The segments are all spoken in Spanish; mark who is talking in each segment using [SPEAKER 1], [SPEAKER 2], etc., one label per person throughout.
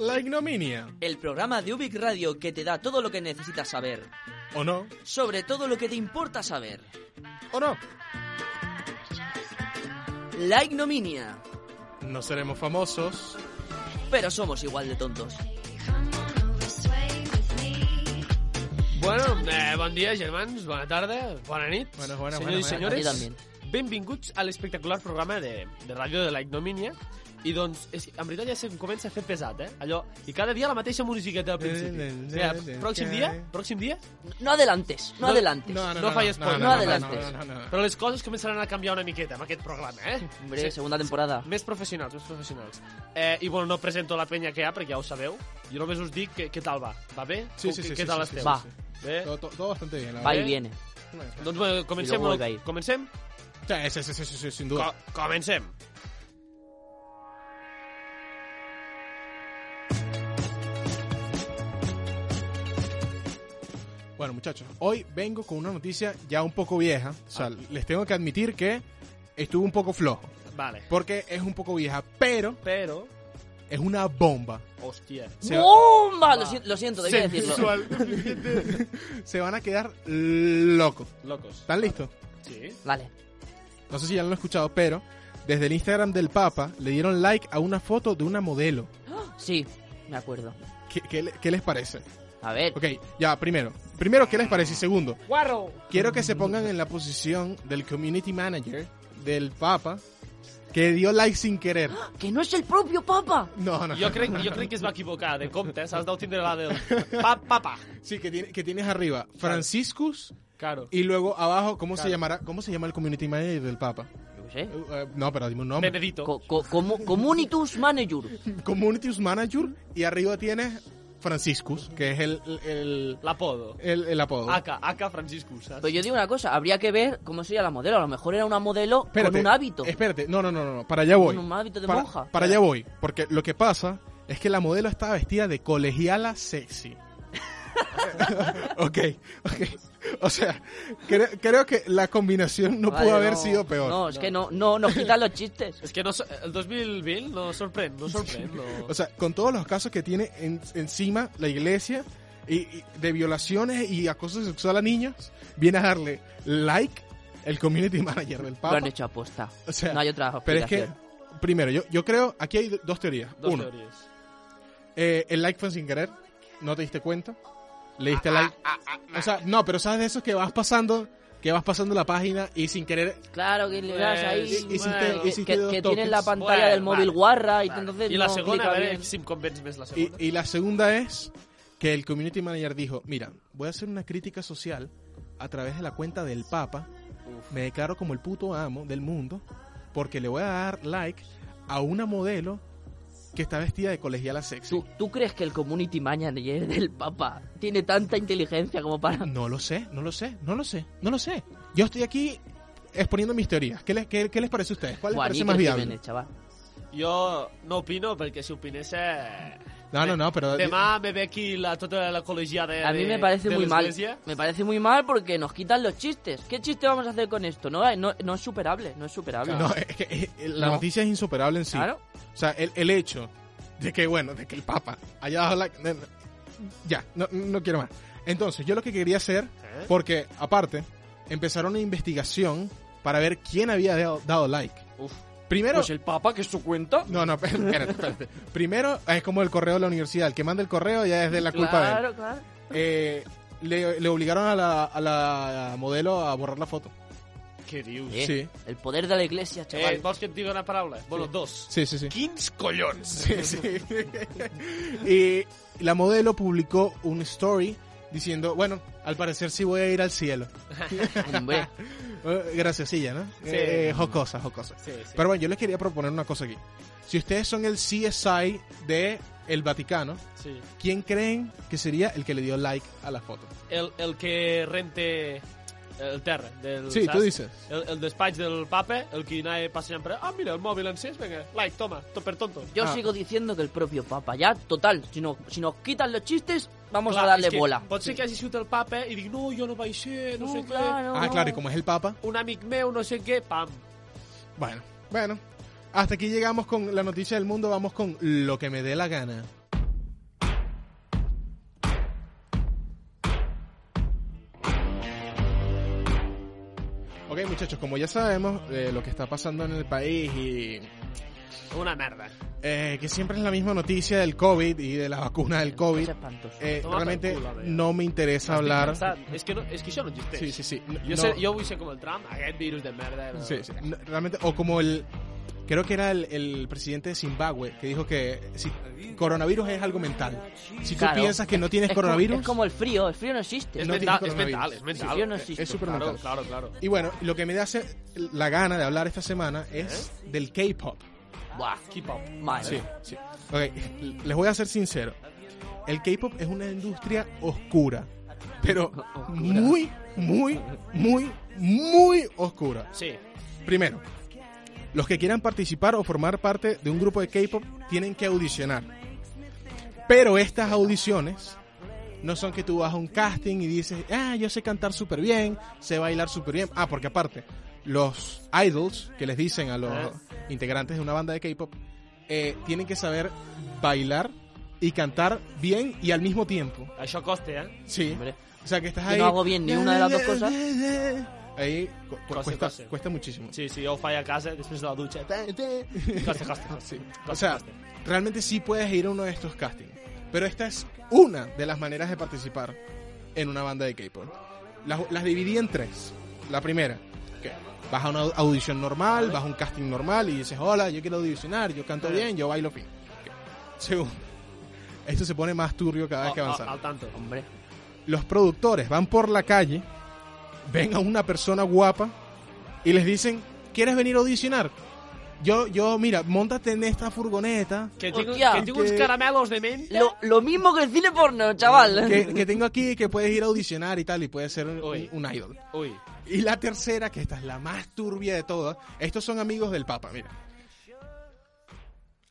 [SPEAKER 1] La ignominia.
[SPEAKER 2] El programa de Ubic Radio que te da todo lo que necesitas saber,
[SPEAKER 1] ¿O no?
[SPEAKER 2] sobre todo lo que te importa saber.
[SPEAKER 1] ¿O no?
[SPEAKER 2] La ignominia.
[SPEAKER 1] No seremos famosos.
[SPEAKER 2] Pero somos igual de tontos.
[SPEAKER 3] Bueno, eh, bon dia, germans, bona tarda, bona nit,
[SPEAKER 1] Bona, bona, bona,
[SPEAKER 3] senyors
[SPEAKER 2] A
[SPEAKER 1] bona.
[SPEAKER 3] i
[SPEAKER 2] mi
[SPEAKER 3] senyores.
[SPEAKER 2] també.
[SPEAKER 3] Benvinguts a l'espectacular programa de, de ràdio de la ignomínia. I doncs, és, que, en veritat ja se'm comença a fer pesat, eh? Allò, i cada dia la mateixa musiqueta al principi. O sigui, pròxim dia, pròxim dia,
[SPEAKER 2] No adelantes, no,
[SPEAKER 3] No-
[SPEAKER 2] adelantes.
[SPEAKER 3] no falles spoiler.
[SPEAKER 2] No adelantes.
[SPEAKER 1] No, no, no.
[SPEAKER 3] però les coses començaran a canviar una miqueta amb aquest programa, eh?
[SPEAKER 2] Hombre, segunda temporada.
[SPEAKER 3] Més professionals, més professionals. Eh, I bueno, no presento la penya que hi ha, perquè ja ho sabeu. Jo només us dic que, què tal va. Va bé?
[SPEAKER 1] Sí, sí, sí,
[SPEAKER 3] Què,
[SPEAKER 1] sí,
[SPEAKER 3] què tal
[SPEAKER 1] sí,
[SPEAKER 3] esteu?
[SPEAKER 2] Va,
[SPEAKER 3] Bé?
[SPEAKER 1] Todo, todo- todo bastante bien, la
[SPEAKER 2] va
[SPEAKER 1] verdad.
[SPEAKER 2] y
[SPEAKER 3] Eh?
[SPEAKER 2] viene.
[SPEAKER 3] Doncs bueno, comencem.
[SPEAKER 2] vuelve a ir.
[SPEAKER 3] Comencem?
[SPEAKER 1] Sí, sí, sí, sí, sí, sin duda.
[SPEAKER 3] Co comencem.
[SPEAKER 1] Bueno, muchachos, hoy vengo con una noticia ya un poco vieja. O sea, les tengo que admitir que estuve un poco flojo.
[SPEAKER 3] Vale.
[SPEAKER 1] Porque es un poco vieja, pero
[SPEAKER 3] Però,
[SPEAKER 1] es una bomba.
[SPEAKER 3] hòstia,
[SPEAKER 1] Se-
[SPEAKER 2] ¡Bomba! Lo, si- lo siento, debía decirlo.
[SPEAKER 1] Se van a quedar locos.
[SPEAKER 3] locos.
[SPEAKER 1] ¿Están listos?
[SPEAKER 3] Sí.
[SPEAKER 2] Vale.
[SPEAKER 1] No sé si ya lo han escuchado, pero desde el Instagram del Papa le dieron like a una foto de una modelo.
[SPEAKER 2] Sí, me acuerdo.
[SPEAKER 1] ¿Qué, qué le- qué les parece?
[SPEAKER 2] A ver,
[SPEAKER 1] Ok, ya, primero. Primero, ¿qué les parece? Y segundo,
[SPEAKER 3] Guarro.
[SPEAKER 1] quiero que se pongan en la posición del community manager del Papa que dio like sin querer.
[SPEAKER 2] que no es el propio Papa.
[SPEAKER 1] No, no.
[SPEAKER 3] Jo crec, jo crec que es va equivocar de compte, saps? Deu tindre la del... Pa, papa.
[SPEAKER 1] Sí, que, tiene- que tienes arriba Franciscus
[SPEAKER 3] Claro.
[SPEAKER 1] y luego abajo, ¿cómo se
[SPEAKER 3] Claro.
[SPEAKER 1] llamará? ¿Cómo se llama el community manager del Papa?
[SPEAKER 2] Yo qué sé.
[SPEAKER 1] Eh, eh, no, pero dime un nombre.
[SPEAKER 3] Benedito.
[SPEAKER 2] Co- co- como- communitus manager.
[SPEAKER 1] Communities Manager y arriba tienes Franciscus, que es el, el,
[SPEAKER 3] L'apodo.
[SPEAKER 1] el- el apodo.
[SPEAKER 3] Aca, Aca Franciscus, saps?
[SPEAKER 2] Pero yo digo una cosa, habría que ver cómo sería la modelo. A lo mejor era una modelo
[SPEAKER 1] Espérate,
[SPEAKER 2] con un hábito.
[SPEAKER 1] Espérate, no, no, no, no, no, para allá voy.
[SPEAKER 2] Con un hábito de
[SPEAKER 1] para,
[SPEAKER 2] monja.
[SPEAKER 1] Para allá voy, porque lo que pasa es que la modelo estaba vestida de colegiala sexy. ok, ok. O sea, cre- creo que la combinación no
[SPEAKER 2] Vale,
[SPEAKER 1] pudo haber sido peor.
[SPEAKER 2] No, es que no, no, nos quitan los chistes.
[SPEAKER 3] És que no, so- el 2020 no sorprèn, no sorprèn. No.
[SPEAKER 1] O sea, con todos los casos que tiene en- encima la iglesia y, y de violaciones y acoso sexual a niños, viene a darle like el community manager del
[SPEAKER 2] Lo
[SPEAKER 1] Papa.
[SPEAKER 2] han hecho aposta.
[SPEAKER 1] O sea,
[SPEAKER 2] no hay otra
[SPEAKER 1] pero es
[SPEAKER 2] explicación.
[SPEAKER 1] que, primero, yo, yo creo, aquí hay do- dos teorías.
[SPEAKER 3] Dos
[SPEAKER 1] Uno,
[SPEAKER 3] teories.
[SPEAKER 1] eh, el like fue sin querer, no te diste cuenta, le diste like. o sea, no, pero sabes de esos que vas pasando, que vas pasando la página y sin querer
[SPEAKER 2] Claro que le das ahí. que-
[SPEAKER 3] Pues,
[SPEAKER 1] Eh, hiciste-
[SPEAKER 2] que-
[SPEAKER 1] hiciste
[SPEAKER 2] que
[SPEAKER 1] dos
[SPEAKER 2] que
[SPEAKER 1] toques.
[SPEAKER 2] tienes la pantalla
[SPEAKER 3] Bueno,
[SPEAKER 2] del móvil
[SPEAKER 3] vale,
[SPEAKER 2] guarra y
[SPEAKER 3] Vale.
[SPEAKER 2] entonces
[SPEAKER 3] I la
[SPEAKER 2] no
[SPEAKER 3] segona,
[SPEAKER 2] clica
[SPEAKER 3] a veure
[SPEAKER 2] bien.
[SPEAKER 3] si em convenç més la
[SPEAKER 1] Y,
[SPEAKER 3] segona.
[SPEAKER 1] y la segunda es que el community manager dijo, mira, voy a hacer una crítica social a través de la cuenta del Papa. Me declaro como el puto amo del mundo porque le voy a dar like a una modelo que está vestida de colegiala sexy.
[SPEAKER 2] ¿Tú, tú crees que el community manager del Papa tiene tanta inteligencia como para.?
[SPEAKER 1] No lo sé, no lo sé, no lo sé, no lo sé. Yo estoy aquí exponiendo mis teorías. ¿Qué les, qué, qué les parece a ustedes? ¿Cuál les
[SPEAKER 2] Buah,
[SPEAKER 1] parece
[SPEAKER 2] ni
[SPEAKER 1] más
[SPEAKER 2] Chris
[SPEAKER 1] viable?
[SPEAKER 2] Jiménez, chaval.
[SPEAKER 3] Jo no opino, perquè si opinés... Eh...
[SPEAKER 1] No, no, no, pero...
[SPEAKER 3] Demà me ve aquí la, tota la col·legiada
[SPEAKER 1] Eh,
[SPEAKER 3] de,
[SPEAKER 2] A mí me parece
[SPEAKER 3] de
[SPEAKER 2] muy mal.
[SPEAKER 3] l'església.
[SPEAKER 2] Me parece muy mal porque nos quitan los chistes. ¿Qué chiste vamos a hacer con esto? No, eh, no, no es superable, no es superable.
[SPEAKER 1] No, es que, eh, eh, la
[SPEAKER 2] No.
[SPEAKER 1] noticia es insuperable en sí.
[SPEAKER 2] Claro.
[SPEAKER 1] O sea, el, el hecho de que, bueno, de que el Papa haya dado la... no, no, Ya, no, no quiero más. Entonces, yo lo que quería hacer,
[SPEAKER 3] Eh?
[SPEAKER 1] porque aparte, empezaron una investigación para ver quién había dado, dado like.
[SPEAKER 3] Uf. pues
[SPEAKER 1] Primero...
[SPEAKER 2] Pues
[SPEAKER 3] el papa, que es su cuenta.
[SPEAKER 1] No, no, espérate, espérate. Primero, es como el correo de la universidad. El que manda el correo ya es de la culpa de él.
[SPEAKER 2] claro, claro.
[SPEAKER 1] Eh, le, le obligaron a la, a la modelo a borrar la foto.
[SPEAKER 3] Què dius?
[SPEAKER 2] Eh,
[SPEAKER 1] Sí.
[SPEAKER 2] El poder de la iglesia, chaval.
[SPEAKER 3] Eh, vols que et digui una paraula? Bueno, dos.
[SPEAKER 1] Sí, sí, sí.
[SPEAKER 3] Quins collons!
[SPEAKER 1] Sí, sí. y la modelo publicó un story diciendo, bueno, al parecer sí voy a ir al cielo.
[SPEAKER 2] Hombre,
[SPEAKER 1] Eh, Graciosilla, ¿no? Eh, jocosa, jocosa.
[SPEAKER 3] Sí, sí.
[SPEAKER 1] Pero bueno, yo les quería proponer una cosa aquí. Si ustedes son el CSI de el Vaticano,
[SPEAKER 3] Sí.
[SPEAKER 1] ¿quién creen que sería el que le dio like a la foto?
[SPEAKER 3] El, el que rente el terra. Del,
[SPEAKER 1] Sí,
[SPEAKER 3] saps?
[SPEAKER 1] tu dices.
[SPEAKER 3] El, el despatx del papa, el que anava passejant per... Ah, mira, el mòbil encès, venga, like, toma, to per tonto.
[SPEAKER 2] Yo
[SPEAKER 1] Ah.
[SPEAKER 2] sigo diciendo que el propio Papa, ya, total, si, no, si nos quitan los chistes, vamos
[SPEAKER 3] Clar,
[SPEAKER 2] a darle
[SPEAKER 3] és que
[SPEAKER 2] bola.
[SPEAKER 3] Pot ser que hagi sigut el papa i dic, no, jo no vaig ser, no,
[SPEAKER 2] No,
[SPEAKER 3] sé
[SPEAKER 2] claro,
[SPEAKER 1] ah,
[SPEAKER 2] no.
[SPEAKER 1] claro, y como es el Papa.
[SPEAKER 3] què. Un amic meu, no sé què, pam.
[SPEAKER 1] Bueno, bueno. Hasta aquí llegamos con la noticia del mundo. Vamos con lo que me dé la gana. Ok, muchachos, como ya sabemos eh, lo que está pasando en el país y
[SPEAKER 3] Una merda.
[SPEAKER 1] eh, que siempre es la misma noticia del COVID y de la vacuna del COVID,
[SPEAKER 2] Es espantoso.
[SPEAKER 1] eh,
[SPEAKER 3] Toma
[SPEAKER 1] realmente
[SPEAKER 3] por culo, vea.
[SPEAKER 1] no me interesa hablar.
[SPEAKER 3] Estic cansat. És que, no, és que això no existeix.
[SPEAKER 1] Sí, sí, sí.
[SPEAKER 3] Jo,
[SPEAKER 1] No-
[SPEAKER 3] sé, jo vull ser com el Trump, aquest virus de merda. No.
[SPEAKER 1] Sí, sí. No, realmente, o como el, creo que era el, el presidente de Zimbabue, que dijo que si, coronavirus es algo mental. Si tú
[SPEAKER 2] Claro.
[SPEAKER 1] piensas que no tienes
[SPEAKER 2] Es co-
[SPEAKER 1] coronavirus,
[SPEAKER 2] Es como el frío, el frío no existe.
[SPEAKER 3] És,
[SPEAKER 1] No
[SPEAKER 3] mental,
[SPEAKER 1] tinc
[SPEAKER 3] és mental,
[SPEAKER 1] coronavirus.
[SPEAKER 3] és
[SPEAKER 2] El frío no
[SPEAKER 3] mental.
[SPEAKER 2] existe.
[SPEAKER 1] es súper
[SPEAKER 3] Claro,
[SPEAKER 1] mental.
[SPEAKER 3] claro, claro.
[SPEAKER 1] Y bueno, lo que me da hace la gana de hablar esta semana es
[SPEAKER 2] ¿Eh?
[SPEAKER 1] del K-pop.
[SPEAKER 2] Buah, Madre.
[SPEAKER 1] Sí, sí. Ok, les voy a ser sincero. El K-pop es una industria oscura, pero muy, muy, muy, muy oscura.
[SPEAKER 3] Sí,
[SPEAKER 1] Primero, los que quieran participar o formar parte de un grupo de K-pop tienen que audicionar. Pero estas audiciones no son que tú vas a un casting y dices, ah, yo sé cantar súper bien, sé bailar súper bien. Ah, porque aparte, los idols que les dicen a los
[SPEAKER 3] Ah.
[SPEAKER 1] integrantes de una banda de K-pop eh, tienen que saber bailar y cantar bien y al mismo tiempo.
[SPEAKER 3] això costa, eh?
[SPEAKER 1] Sí.
[SPEAKER 2] Hombre.
[SPEAKER 1] O sea, que estás
[SPEAKER 2] Yo
[SPEAKER 1] ahí.
[SPEAKER 2] no hago bien ni una de las dos cosas.
[SPEAKER 1] Ahí cu- cu-
[SPEAKER 3] Cose,
[SPEAKER 1] cuesta,
[SPEAKER 3] cose.
[SPEAKER 1] cuesta muchísimo.
[SPEAKER 3] Sí, sí, jo ho faig a casa, després de la dutxa. Te, te. Costa, costa, costa.
[SPEAKER 1] Sí.
[SPEAKER 3] Costa,
[SPEAKER 1] O sea,
[SPEAKER 3] costa.
[SPEAKER 1] realmente sí puedes ir a uno de estos castings. Pero esta es una de las maneras de participar en una banda de K-pop. Las, las dividí en tres. La primera, que vas a una au- audición normal, vas a un casting normal y dices, hola, yo quiero audicionar, yo canto bien, yo bailo bien. Ok. Segundo, esto se pone más turbio cada vez que
[SPEAKER 3] Al- al-
[SPEAKER 1] avanzamos
[SPEAKER 3] Al tanto.
[SPEAKER 2] Hombre.
[SPEAKER 1] los productores van por la calle, ven a una persona guapa y les dicen, ¿quieres venir a audicionar? Yo, yo, mira, montate en esta furgoneta
[SPEAKER 3] Que tinc,
[SPEAKER 2] Hòstia.
[SPEAKER 3] que tinc uns caramelos de menta.
[SPEAKER 2] Lo, lo mismo que el cine porno, chaval.
[SPEAKER 1] que, que tengo aquí que puedes ir a audicionar y tal, y puedes ser un,
[SPEAKER 3] Uy.
[SPEAKER 1] un idol.
[SPEAKER 3] Ui,
[SPEAKER 1] Y la tercera, que esta es la más turbia de todas, estos son amigos del Papa, mira.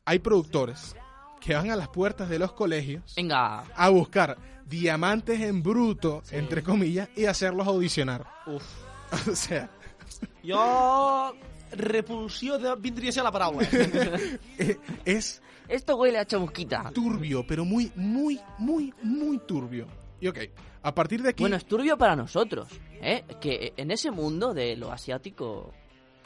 [SPEAKER 1] Hay productores que van a las puertas de los colegios
[SPEAKER 2] Venga.
[SPEAKER 1] a buscar diamantes en bruto, entre comillas, y hacerlos audicionar.
[SPEAKER 3] uf.
[SPEAKER 1] O sea,
[SPEAKER 3] Jo... Repulsió de... vindria a ser la paraula.
[SPEAKER 1] eh, es
[SPEAKER 2] Esto huele a chamusquita.
[SPEAKER 1] turbio, pero muy, muy, muy, muy turbio. Y ok, a partir de aquí...
[SPEAKER 2] Bueno, es turbio para nosotros, ¿eh? Que en ese mundo de lo asiático...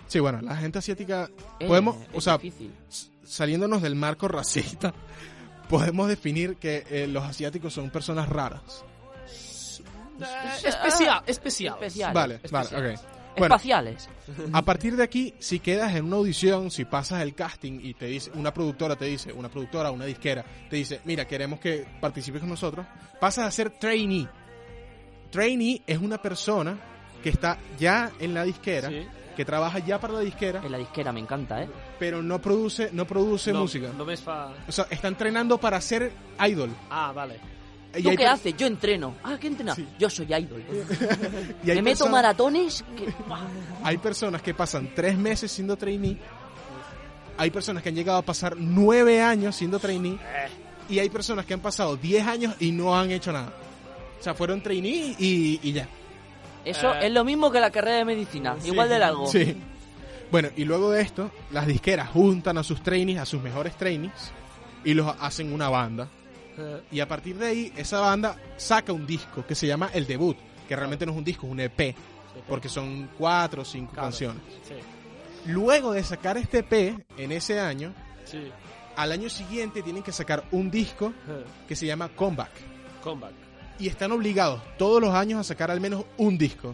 [SPEAKER 1] sí, bueno, la gente asiática...
[SPEAKER 2] eh,
[SPEAKER 1] podemos,
[SPEAKER 2] es
[SPEAKER 1] o sea,
[SPEAKER 2] difícil.
[SPEAKER 1] s- saliéndonos del marco racista, podemos definir que eh, los asiáticos son personas raras.
[SPEAKER 3] Eh, especial, especial.
[SPEAKER 2] Especial.
[SPEAKER 1] vale, vale,
[SPEAKER 3] especiales.
[SPEAKER 1] ok. Bueno,
[SPEAKER 2] Espaciales.
[SPEAKER 1] a partir de aquí, si quedas en una audición, si pasas el casting y te dice, una productora te dice, una productora, una disquera, te dice, mira, queremos que participes con nosotros, pasas a ser trainee. Trainee es una persona que está ya en la disquera,
[SPEAKER 3] Sí.
[SPEAKER 1] que trabaja ya para la disquera,
[SPEAKER 2] En la disquera me encanta, ¿eh?
[SPEAKER 1] pero no produce, no produce música.
[SPEAKER 3] Només fa...
[SPEAKER 1] O sea, está entrenando para ser idol.
[SPEAKER 3] Ah, vale.
[SPEAKER 1] Y
[SPEAKER 2] ¿Tú
[SPEAKER 1] hay
[SPEAKER 2] qué
[SPEAKER 1] per-
[SPEAKER 2] haces? Yo entreno. Ah, ¿qué entrenas?
[SPEAKER 1] Sí.
[SPEAKER 2] Yo soy idol.
[SPEAKER 1] y hay
[SPEAKER 2] me meto
[SPEAKER 1] personas-
[SPEAKER 2] maratones que...
[SPEAKER 1] Hay personas que pasan tres meses siendo trainee. Hay personas que han llegado a pasar nueve años siendo trainee. Y hay personas que han pasado diez años y no han hecho nada. O sea, fueron trainee y, y ya.
[SPEAKER 2] Eso
[SPEAKER 3] Eh.
[SPEAKER 2] es lo mismo que la carrera de medicina. Igual de largo.
[SPEAKER 1] Sí. Bueno, y luego de esto, las disqueras juntan a sus trainees, a sus mejores trainees, y los hacen una banda.
[SPEAKER 3] Eh,
[SPEAKER 1] Y a partir de ahí, esa banda saca un disco que se llama El Debut, que realmente no es un disco, es un EP, porque son cuatro o cinco
[SPEAKER 3] Claro.
[SPEAKER 1] canciones.
[SPEAKER 3] Sí,
[SPEAKER 1] Luego de sacar este EP en ese año,
[SPEAKER 3] sí.
[SPEAKER 1] al año siguiente tienen que sacar un disco
[SPEAKER 3] Eh,
[SPEAKER 1] que se llama Comeback.
[SPEAKER 3] Comeback.
[SPEAKER 1] Y están obligados todos los años a sacar al menos un disco.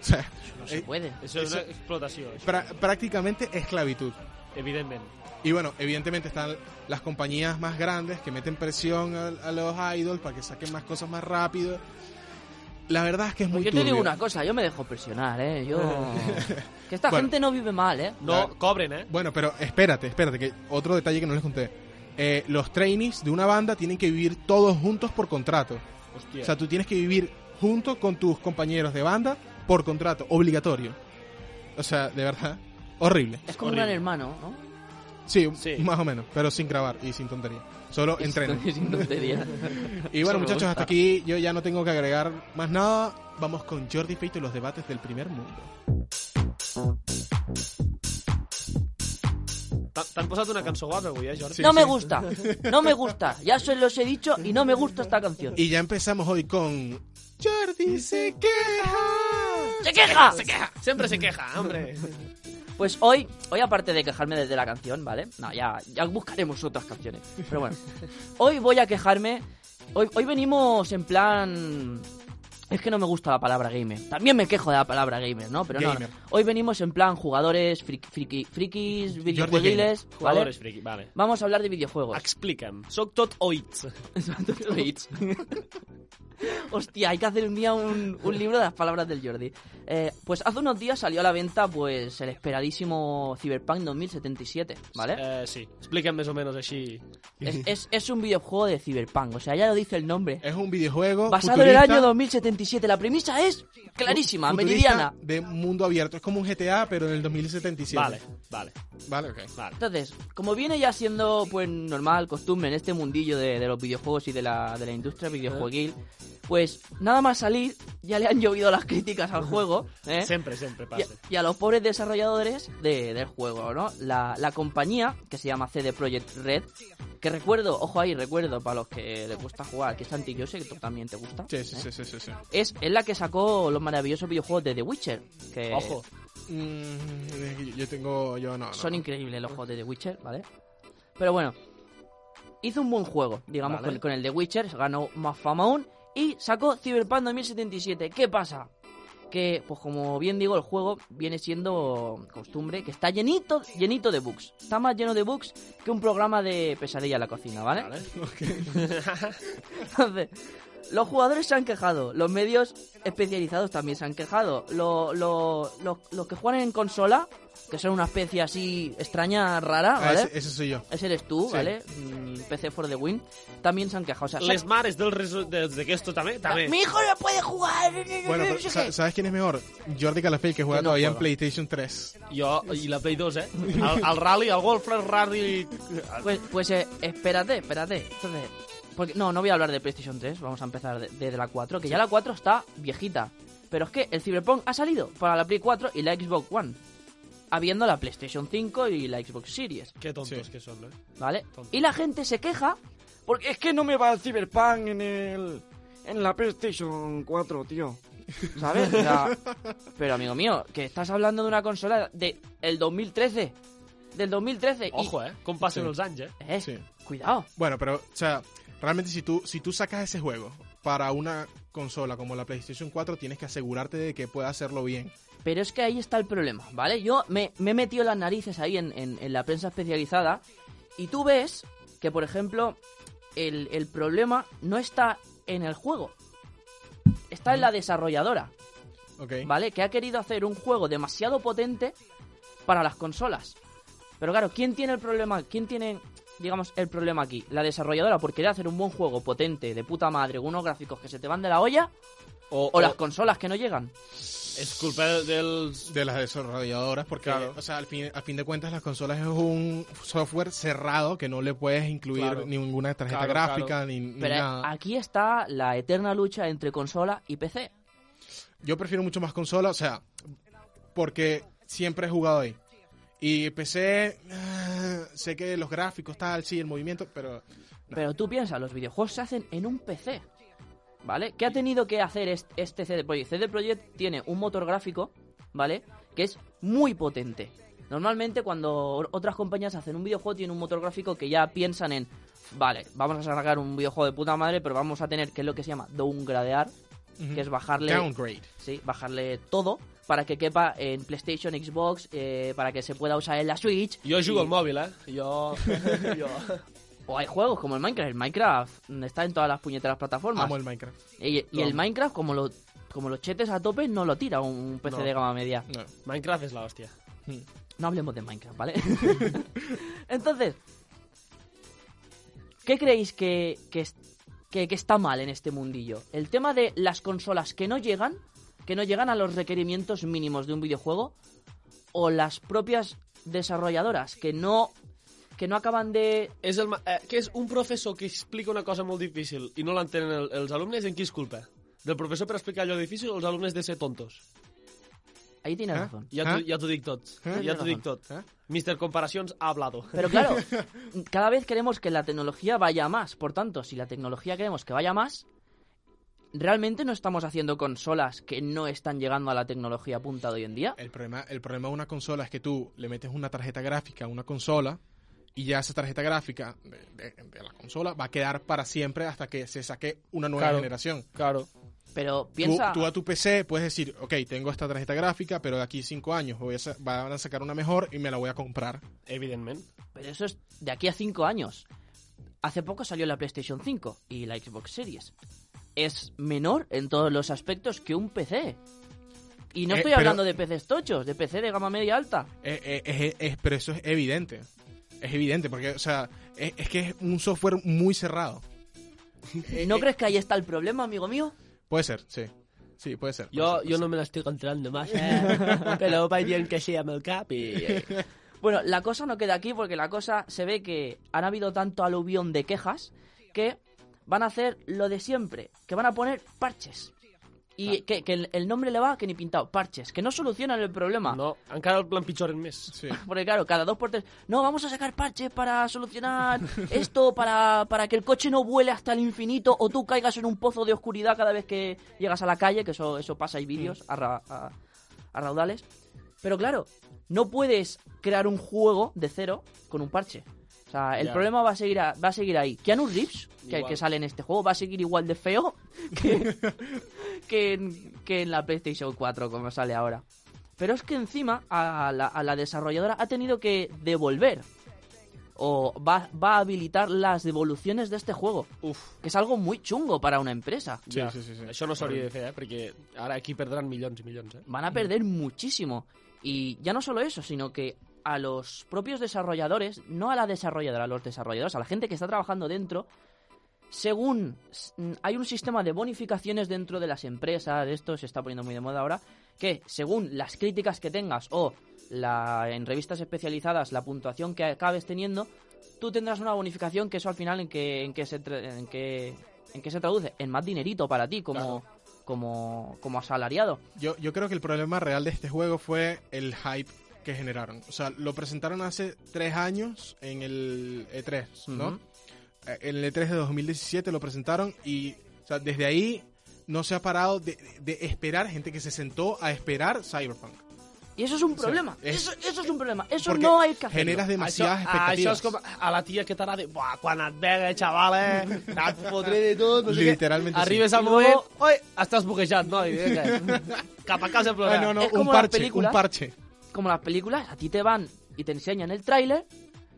[SPEAKER 1] O sea,
[SPEAKER 2] No se
[SPEAKER 1] eh,
[SPEAKER 2] puede.
[SPEAKER 3] Això és
[SPEAKER 1] Eso-
[SPEAKER 3] una explotació, això.
[SPEAKER 1] prá- prácticamente esclavitud.
[SPEAKER 3] evidentment.
[SPEAKER 1] Y bueno, evidentemente están las compañías más grandes que meten presión a, a los idols para que saquen más cosas más rápido. La verdad es que es muy
[SPEAKER 2] Pues yo
[SPEAKER 1] turbio.
[SPEAKER 2] te digo una cosa, yo me dejo presionar, ¿eh? Yo... que esta
[SPEAKER 1] Bueno.
[SPEAKER 2] gente no vive mal, ¿eh?
[SPEAKER 3] No, cobren, ¿eh?
[SPEAKER 1] Bueno, pero espérate, espérate, que otro detalle que no les conté. Eh, los trainees de una banda tienen que vivir todos juntos por contrato.
[SPEAKER 3] Hostia.
[SPEAKER 1] O sea, tú tienes que vivir junto con tus compañeros de banda por contrato, obligatorio. O sea, de verdad, horrible.
[SPEAKER 2] Es como un
[SPEAKER 3] horrible.
[SPEAKER 2] gran hermano, ¿no?
[SPEAKER 1] Sí,
[SPEAKER 3] Sí.
[SPEAKER 1] más o menos, pero sin grabar y sin tontería. Solo entrenen.
[SPEAKER 2] Sin tontería.
[SPEAKER 1] Y bueno,
[SPEAKER 2] me
[SPEAKER 1] muchachos,
[SPEAKER 2] gusta.
[SPEAKER 1] hasta aquí yo ya no tengo que agregar más nada. Vamos con Jordi Feito y los debates del primer mundo.
[SPEAKER 3] T'ha- T'han posat una cançó guapa avui, eh, Jordi?
[SPEAKER 1] Sí.
[SPEAKER 2] no me gusta, no me gusta. Ya se los he dicho y no me gusta esta canción.
[SPEAKER 1] Y ya empezamos hoy con Jordi se queja.
[SPEAKER 2] ¡Se queja!
[SPEAKER 3] Se queja, sempre se queja, hombre.
[SPEAKER 2] Pues hoy, hoy aparte de quejarme desde la canción, ¿vale? No, ya, ya buscaremos otras canciones. Pero bueno, hoy voy a quejarme. Hoy, hoy venimos en plan. Es que no me gusta la palabra gamer. También me quejo de la palabra gamer, ¿no? Pero no,
[SPEAKER 1] Gamer.
[SPEAKER 2] no. Hoy venimos en plan jugadores, friki, friki, frikis, videojuegos,
[SPEAKER 3] Jugadores
[SPEAKER 2] ¿vale?
[SPEAKER 3] friki, vale.
[SPEAKER 2] Vamos a hablar de videojuegos.
[SPEAKER 3] Explica'm. Soc tot oïts.
[SPEAKER 2] Hostia, hay que hacer un día un, un libro de las palabras del Jordi. Eh, pues hace unos días salió a la venta pues el esperadísimo Cyberpunk 2077, ¿vale?
[SPEAKER 3] Eh, sí. Explica'm més o menos així.
[SPEAKER 2] Es, es- es un videojuego de Cyberpunk, o sea, ya lo dice el nombre.
[SPEAKER 1] Es un videojuego
[SPEAKER 2] Basado
[SPEAKER 1] Eh, futurista,
[SPEAKER 2] en el año 2077, la premisa es clarísima,
[SPEAKER 1] futurista
[SPEAKER 2] meridiana.
[SPEAKER 1] De mundo abierto. Es como un GTA, pero en el 2077.
[SPEAKER 3] Vale, vale,
[SPEAKER 1] Vale, ok.
[SPEAKER 3] vale.
[SPEAKER 2] Entonces, como viene ya siendo pues normal, costumbre en este mundillo de, de los videojuegos y de la, de la industria videojueguil, pues nada más salir, ya le han llovido las críticas al juego, ¿eh?
[SPEAKER 3] Sempre, sempre
[SPEAKER 2] Y,
[SPEAKER 3] passa.
[SPEAKER 2] y a los pobres desarrolladores de- del juego, ¿no? La, la compañía, que se llama CD Projekt Red, que recuerdo, ojo ahí, recuerdo para los que les gusta jugar, que es Santi, yo sé que tú también te gusta.
[SPEAKER 1] Sí, sí,
[SPEAKER 2] ¿eh?
[SPEAKER 1] sí, sí, sí, sí.
[SPEAKER 2] Es, es la que sacó los maravillosos videojuegos de The Witcher. Que
[SPEAKER 3] Ojo.
[SPEAKER 1] Mm, yo tengo. Yo no. no,
[SPEAKER 2] Son
[SPEAKER 1] no.
[SPEAKER 2] increíbles los juegos de The Witcher, ¿vale? Pero bueno, hizo un buen juego, digamos,
[SPEAKER 3] Vale.
[SPEAKER 2] con, con el The Witcher, ganó más fama aún y sacó Cyberpunk 2077. ¿Qué pasa? Que, pues como bien digo, el juego viene siendo costumbre, que está llenito, llenito de bugs. Está más lleno de bugs que un programa de pesadilla en la cocina, ¿vale?
[SPEAKER 3] Vale.
[SPEAKER 2] Entonces, los jugadores se han quejado, los medios especializados también se han quejado, lo- lo- lo- los que juegan en consola, que son una especie así extraña, rara,
[SPEAKER 1] Ah,
[SPEAKER 2] ¿vale?
[SPEAKER 1] ese, ese soy yo.
[SPEAKER 2] Ese eres tú,
[SPEAKER 1] Sí.
[SPEAKER 2] ¿vale? Mm, PC for the win. También se han quejado. O sea,
[SPEAKER 3] Les mares del resu... d'aquesto també, també.
[SPEAKER 2] Mi hijo no puede jugar. no, no, no,
[SPEAKER 1] Bueno,
[SPEAKER 2] no
[SPEAKER 1] pero
[SPEAKER 2] sé
[SPEAKER 1] sa-
[SPEAKER 2] qué.
[SPEAKER 1] ¿sabes quién es mejor? Jordi Calafell, que juega
[SPEAKER 2] Que no
[SPEAKER 1] todavía en
[SPEAKER 2] juega.
[SPEAKER 1] PlayStation 3.
[SPEAKER 3] Jo, i la Play 2, eh? El, el rally, el Golfres Rally...
[SPEAKER 2] Pues, pues eh, espérate, espérate. Entonces, porque, no, no voy a hablar de PlayStation 3. Vamos a empezar de- desde la 4, que ya la 4 está viejita. Pero es que el Cyberpunk ha salido para la Play 4 y la Xbox One. Habiendo la PlayStation 5 y la Xbox Series,
[SPEAKER 3] Que tontos
[SPEAKER 1] Sí.
[SPEAKER 3] que són, eh?
[SPEAKER 2] ¿vale?
[SPEAKER 3] Tonto.
[SPEAKER 2] Y la gente se queja
[SPEAKER 4] Porque es que no me va el Cyberpunk en el. en la PlayStation 4, tío.
[SPEAKER 2] ¿Sabes? O sea, pero amigo mío, que estás hablando de una consola de el 2013. Del 2013. y-
[SPEAKER 3] Ojo, eh? Com passen
[SPEAKER 1] Sí.
[SPEAKER 3] els anys, eh?
[SPEAKER 2] Eh,
[SPEAKER 1] Sí.
[SPEAKER 2] cuidado.
[SPEAKER 1] Bueno, pero, o sea, realmente si tú, si tú sacas ese juego para una consola como la PlayStation 4, tienes que asegurarte de que pueda hacerlo bien.
[SPEAKER 2] Pero es que ahí está el problema, ¿vale? Yo me, me he metido las narices ahí en, en- en la prensa especializada y tú ves que, por ejemplo, el, el problema no está en el juego. Está en la desarrolladora,
[SPEAKER 1] ¿Ok?
[SPEAKER 2] ¿vale? Que ha querido hacer un juego demasiado potente para las consolas. Pero claro, ¿quién tiene el problema? ¿Quién tiene, digamos, el problema aquí? ¿La desarrolladora por querer hacer un buen juego potente, de puta madre, con unos gráficos que se te van de la olla?
[SPEAKER 3] O,
[SPEAKER 2] ¿O las consolas que no llegan?
[SPEAKER 3] És culpa dels...
[SPEAKER 1] De las desarrolladoras, porque,
[SPEAKER 3] Claro.
[SPEAKER 1] o sea, al fin, a fin de cuentas, las consolas es un software cerrado que no le puedes incluir
[SPEAKER 3] Claro.
[SPEAKER 1] ninguna tarjeta
[SPEAKER 3] Claro,
[SPEAKER 1] gráfica
[SPEAKER 3] claro.
[SPEAKER 1] ni, ni
[SPEAKER 2] Pero eh,
[SPEAKER 1] nada.
[SPEAKER 2] aquí está la eterna lucha entre consola y PC.
[SPEAKER 1] Yo prefiero mucho más consola, o sea, porque siempre he jugado ahí. Y PC, ah, sé que los gráficos, tal, sí, el movimiento, pero
[SPEAKER 2] Pero tú piensas, los videojuegos se hacen en un PC. ¿Vale? ¿Qué ha tenido que hacer es- este CD Projekt? CD Projekt tiene un motor gráfico, ¿vale? Que es muy potente. Normalmente cuando otras compañías hacen un videojuego tienen un motor gráfico que ya piensan en, vale, vamos a sacar un videojuego de puta madre, pero vamos a tener que es lo que se llama downgradear,
[SPEAKER 1] Ujú.
[SPEAKER 2] que es bajarle
[SPEAKER 1] downgrade.
[SPEAKER 2] ¿sí? bajarle todo para que quepa en PlayStation, Xbox, eh, para que se pueda usar en la Switch.
[SPEAKER 3] Jo jugo
[SPEAKER 2] Y-
[SPEAKER 3] al mòbil, eh? Jo... jo...
[SPEAKER 2] O hay juegos como el Minecraft. El Minecraft mm, está en todas las puñeteras plataformas.
[SPEAKER 1] Amo el Minecraft.
[SPEAKER 2] Y, y el Minecraft, como lo como los chetes a tope, no lo tira un PC
[SPEAKER 3] No.
[SPEAKER 2] de gama media.
[SPEAKER 1] No.
[SPEAKER 3] Minecraft es la hostia.
[SPEAKER 2] No hablemos de Minecraft, ¿vale? Entonces, ¿qué creéis que, que, es- que- que está mal en este mundillo? ¿El tema de las consolas que no llegan, que no llegan a los requerimientos mínimos de un videojuego? ¿O las propias desarrolladoras que no, que no acaban de...
[SPEAKER 3] És el, ma- eh, que és un professor que explica una cosa molt difícil i no l'entenen el, els alumnes, en qui és culpa? Del professor per explicar allò difícil o els alumnes de ser tontos?
[SPEAKER 2] Ahí tienes
[SPEAKER 1] ¿Ah?
[SPEAKER 2] razón.
[SPEAKER 3] Ja t'ho
[SPEAKER 1] Ah.
[SPEAKER 3] ja t'ho dic tot.
[SPEAKER 1] Ah.
[SPEAKER 3] Ja t'ho dic tot.
[SPEAKER 1] Ah.
[SPEAKER 3] Mister Comparacions ha hablado.
[SPEAKER 2] Pero claro, cada vez queremos que la tecnología vaya a más. Por tanto, si la tecnología queremos que vaya a más, ¿realmente no estamos haciendo consolas que no están llegando a la tecnología punta de hoy en día?
[SPEAKER 1] El problema, el problema de una consola es que tú le metes una tarjeta gráfica a una consola y ya esa tarjeta gráfica de, de- de la consola va a quedar para siempre hasta que se saque una nueva
[SPEAKER 3] Claro.
[SPEAKER 1] generación.
[SPEAKER 3] Claro.
[SPEAKER 2] Pero
[SPEAKER 1] Tú-
[SPEAKER 2] piensa...
[SPEAKER 1] Tú, a tu PC puedes decir, ok, tengo esta tarjeta gráfica, pero de aquí cinco años voy a sa- van a sacar una mejor y me la voy a comprar.
[SPEAKER 3] Evidentment.
[SPEAKER 2] Pero eso es de aquí a cinco años. Hace poco salió la PlayStation 5 y la Xbox Series. Es menor en todos los aspectos que un PC. Y no
[SPEAKER 1] Eh,
[SPEAKER 2] estoy
[SPEAKER 1] pero-
[SPEAKER 2] hablando de PCs tochos, de PC de gama media alta.
[SPEAKER 1] Eh, eh, es- es- pero eso es evidente. Es evidente, porque, o sea, es, es que es un software muy cerrado. Eh,
[SPEAKER 2] ¿No
[SPEAKER 1] eh,
[SPEAKER 2] crees que ahí está el problema, amigo mío?
[SPEAKER 1] Puede ser, sí. Sí, puede ser. puede
[SPEAKER 3] Jo,
[SPEAKER 1] ser,
[SPEAKER 3] jo
[SPEAKER 1] puede
[SPEAKER 3] no me l'estic entrant de massa, eh? però vaig dient que sí amb el cap i...
[SPEAKER 2] Bueno, la cosa no queda aquí porque la cosa se ve que han habido tanto aluvión de quejas que van a hacer lo de siempre, que van a poner parches. Y que, que el, el nombre le va que ni pintado, parches, que no solucionan el problema.
[SPEAKER 3] No, encara el plan pitjoren més.
[SPEAKER 1] ser. Sí.
[SPEAKER 2] Porque claro, cada dos por tres, no, vamos a sacar parches para solucionar esto, para, para que el coche no vuele hasta el infinito o tú caigas en un pozo de oscuridad cada vez que llegas a la calle, que eso, eso pasa, hay vídeos
[SPEAKER 3] Mm.
[SPEAKER 2] a, ra- a- a raudales. Pero claro, no puedes crear un juego de cero con un parche. O sea, el
[SPEAKER 3] Ya.
[SPEAKER 2] problema va a seguir a- va a seguir ahí. Keanu Reeves, que,
[SPEAKER 3] Igual.
[SPEAKER 2] que sale en este juego, va a seguir igual de feo que, que, en, que en la PlayStation 4, como sale ahora. Pero es que encima a la, a la desarrolladora ha tenido que devolver. O va, va a habilitar las devoluciones de este juego.
[SPEAKER 3] Uf,
[SPEAKER 2] Que es algo muy chungo para una empresa.
[SPEAKER 1] Sí,
[SPEAKER 3] ja.
[SPEAKER 1] sí, sí, sí.
[SPEAKER 3] Això no s'hauria de fer, eh? Perquè ara aquí perdran milions i milions, eh?
[SPEAKER 2] Van a perder muchísimo. Y ya no solo eso, sino que a los propios desarrolladores, no a la desarrolladora, a los desarrolladores, a la gente que está trabajando dentro, según s- mm, hay un sistema de bonificaciones dentro de las empresas, esto se está poniendo muy de moda ahora, que según las críticas que tengas o la, en revistas especializadas la puntuación que acabes teniendo, tú tendrás una bonificación que eso al final en que, en que, se, tra- en que, en que se traduce en más dinerito para ti como, como, como asalariado.
[SPEAKER 1] Yo, yo creo que el problema real de este juego fue el hype que generaron. O sea, lo presentaron hace tres años en el E3, ¿no?
[SPEAKER 2] Ujú.
[SPEAKER 1] Eh, En el E3 de 2017 lo presentaron y o sea, desde ahí no se ha parado de, de esperar gente que se sentó a esperar Cyberpunk.
[SPEAKER 2] Y eso es un problema.
[SPEAKER 1] es- eh,
[SPEAKER 2] eso, eso es un problema. Eso
[SPEAKER 1] Porque
[SPEAKER 2] no hay que hacerlo.
[SPEAKER 1] generas demasiadas
[SPEAKER 3] això, això
[SPEAKER 1] expectativas.
[SPEAKER 3] és com a la tia que t'agrada... Buah, quan et vega, xaval, eh? T'has fotré de tot, no sé què.
[SPEAKER 1] Literalment sí.
[SPEAKER 3] Arribes
[SPEAKER 2] I
[SPEAKER 3] al
[SPEAKER 2] luego-
[SPEAKER 3] moment... Oi, estàs buquejat, noi. Vinga. Cap a casa a
[SPEAKER 1] Ay,
[SPEAKER 3] plorar.
[SPEAKER 1] Ah, no, no,
[SPEAKER 2] Es
[SPEAKER 1] un
[SPEAKER 2] como las
[SPEAKER 1] parche, un
[SPEAKER 2] películas.
[SPEAKER 1] parche.
[SPEAKER 2] Como las películas, a ti te van y te enseñan el tráiler